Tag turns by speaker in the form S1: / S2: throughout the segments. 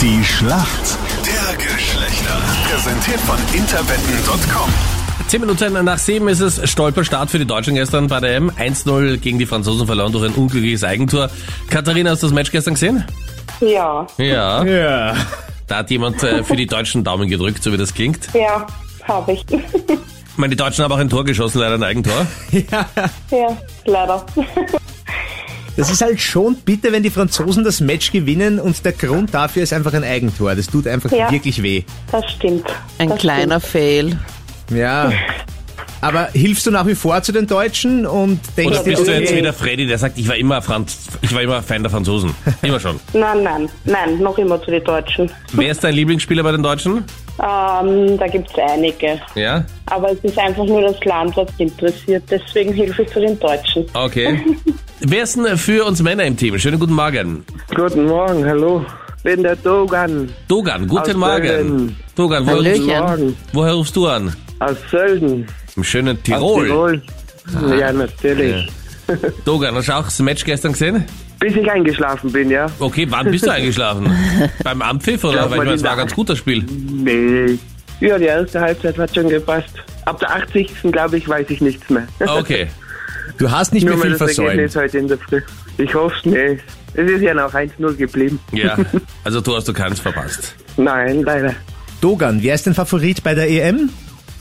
S1: Die Schlacht der Geschlechter. Präsentiert von interwetten.com.
S2: Zehn Minuten nach sieben ist es Stolperstart für die Deutschen gestern bei der M. 1-0 gegen die Franzosen verloren durch ein unglückliches Eigentor. Katharina, hast du das Match gestern gesehen?
S3: Ja,
S2: Ja.
S4: Ja.
S2: Da hat jemand äh, für die Deutschen Daumen gedrückt, so wie das klingt.
S3: ja, habe ich.
S2: Ich meine, die Deutschen haben auch ein Tor geschossen, leider ein Eigentor.
S3: ja, leider.
S4: Das ist halt schon bitter, wenn die Franzosen das Match gewinnen und der Grund dafür ist einfach ein Eigentor. Das tut einfach
S3: Ja.
S4: wirklich weh.
S3: Das stimmt.
S5: Ein
S3: das
S5: kleiner Fail.
S4: Ja. Aber hilfst du nach wie vor zu den Deutschen und denkst
S2: Oder
S4: dir,
S2: bist du jetzt
S4: okay,
S2: wieder Freddy, der sagt, ich war immer Franz, ich war immer Fan der Franzosen. Immer schon.
S3: Stimmt. Nein, nein, nein, noch immer zu den Deutschen.
S2: Wer ist dein Lieblingsspieler bei den Deutschen?
S3: Ähm, da gibt's einige.
S2: Ja.
S3: Aber es ist einfach nur das Land, was interessiert. Deswegen hilfe ich zu den Deutschen.
S2: Okay. Wer ist denn für uns Männer im Team? Schönen guten Morgen.
S6: Guten Morgen, hallo. Bin der Dogan.
S2: Dogan, guten
S6: Aus
S2: Morgen.
S6: Berlin.
S2: Dogan, wo,
S5: Hallöchen.
S6: Guten Morgen.
S2: woher rufst du an?
S6: Aus Sölden.
S2: Im schönen
S6: Aus
S2: Tirol.
S6: Tirol. Ja, natürlich.
S2: Dogan, hast du auch das Match gestern gesehen?
S6: Bis ich eingeschlafen bin, ja?
S2: Okay, wann bist du eingeschlafen? Beim Ampfiff oder?
S6: Glaub
S2: Weil ich
S6: mal,
S2: meine, es
S6: die
S2: war ein
S6: Nacht.
S2: ganz guter Spiel.
S6: Nee. Ja, die erste Halbzeit hat schon gepasst. Ab der 80. glaube ich, weiß ich nichts mehr.
S2: Ah, Okay.
S4: du hast nicht
S6: Nur
S4: mehr
S6: mal
S4: viel
S6: das
S4: versäumt.
S6: Ergebnis heute in der Früh. Ich hoffe es nicht. Es ist ja noch 1-0 geblieben.
S2: Ja. Also du hast du keins verpasst.
S6: Nein, leider.
S4: Dogan, wer ist dein Favorit bei der EM?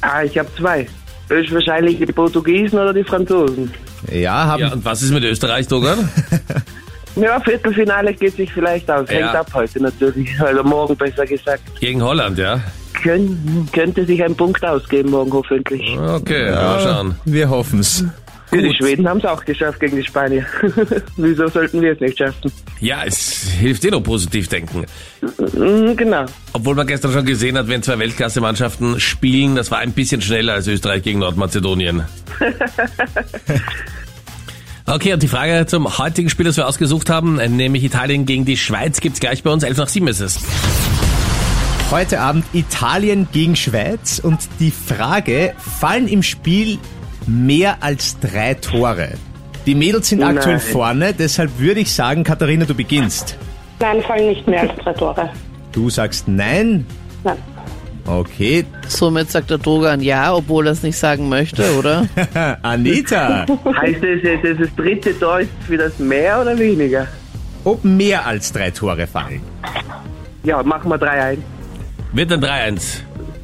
S6: Ah, ich habe zwei. Ist wahrscheinlich die Portugiesen oder die Franzosen.
S4: Ja, haben
S2: Ja, und was ist mit Österreich, Dogan?
S6: Ja, Viertelfinale geht sich vielleicht aus.
S2: Ja.
S6: Hängt ab heute natürlich. Also morgen besser gesagt.
S2: Gegen Holland, ja?
S6: Kön könnte sich ein Punkt ausgeben morgen hoffentlich.
S2: Okay, mal schauen.
S4: wir hoffen's.
S6: Die Schweden haben es auch geschafft gegen die Spanier. Wieso sollten wir es nicht schaffen?
S2: Ja, es hilft eh nur positiv denken.
S6: Mhm, genau.
S2: Obwohl man gestern schon gesehen hat, wenn zwei Weltklasse-Mannschaften spielen, das war ein bisschen schneller als Österreich gegen Nordmazedonien. Okay, und die Frage zum heutigen Spiel, das wir ausgesucht haben, nämlich Italien gegen die Schweiz, gibt's gleich bei uns. 11 nach 7 ist es.
S4: Heute Abend Italien gegen Schweiz und die Frage, fallen im Spiel mehr als drei Tore? Die Mädels
S2: Oh
S4: sind aktuell
S6: Nein.
S4: vorne, deshalb würde ich sagen, Katharina, du beginnst.
S3: Nein, fallen nicht mehr als drei Tore.
S4: Du sagst nein.
S3: Nein.
S4: Okay.
S5: Somit sagt der Drogan ja, obwohl er es nicht sagen möchte, oder?
S4: Anita,
S6: Heißt das jetzt, dass das dritte Tor ist für das mehr oder weniger?
S4: ob mehr als drei Tore fallen?
S6: Ja, machen wir 3-1.
S2: Wird ein 3-1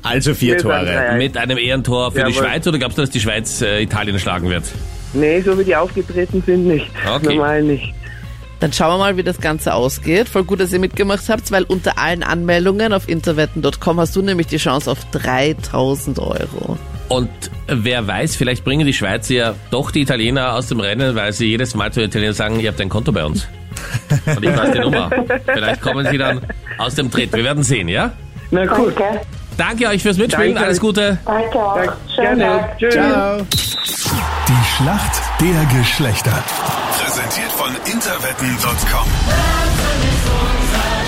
S4: Also vier
S6: Wir sagen
S4: Tore.
S6: drei.
S2: mit einem Ehrentor für die
S6: Jawohl.
S2: Schweiz oder glaubst du, dass die Schweiz äh, Italien schlagen wird?
S6: Nee, so wie die aufgetreten sind, nicht.
S2: Okay.
S6: Normal nicht.
S5: Dann schauen wir mal, wie das Ganze ausgeht. Voll gut, dass ihr mitgemacht habt, weil unter allen Anmeldungen auf interwetten.com hast du nämlich die Chance auf 3000 Euro.
S2: Und wer weiß, vielleicht bringen die Schweizer ja doch die Italiener aus dem Rennen, weil sie jedes Mal zu den Italienern sagen, ihr habt ein Konto bei uns. Und ich weiß die Nummer. Vielleicht kommen sie dann aus dem Tritt. Wir werden sehen, ja?
S6: Na gut.
S3: Danke.
S2: Danke euch fürs Mitspielen.
S6: Danke.
S2: Alles Gute.
S3: Danke auch.
S6: Ja,
S3: Schönen
S6: gerne.
S3: Tag.
S6: Tschüss.
S4: Ciao.
S1: Die Schlacht der Geschlechter. Präsentiert von interwetten.com.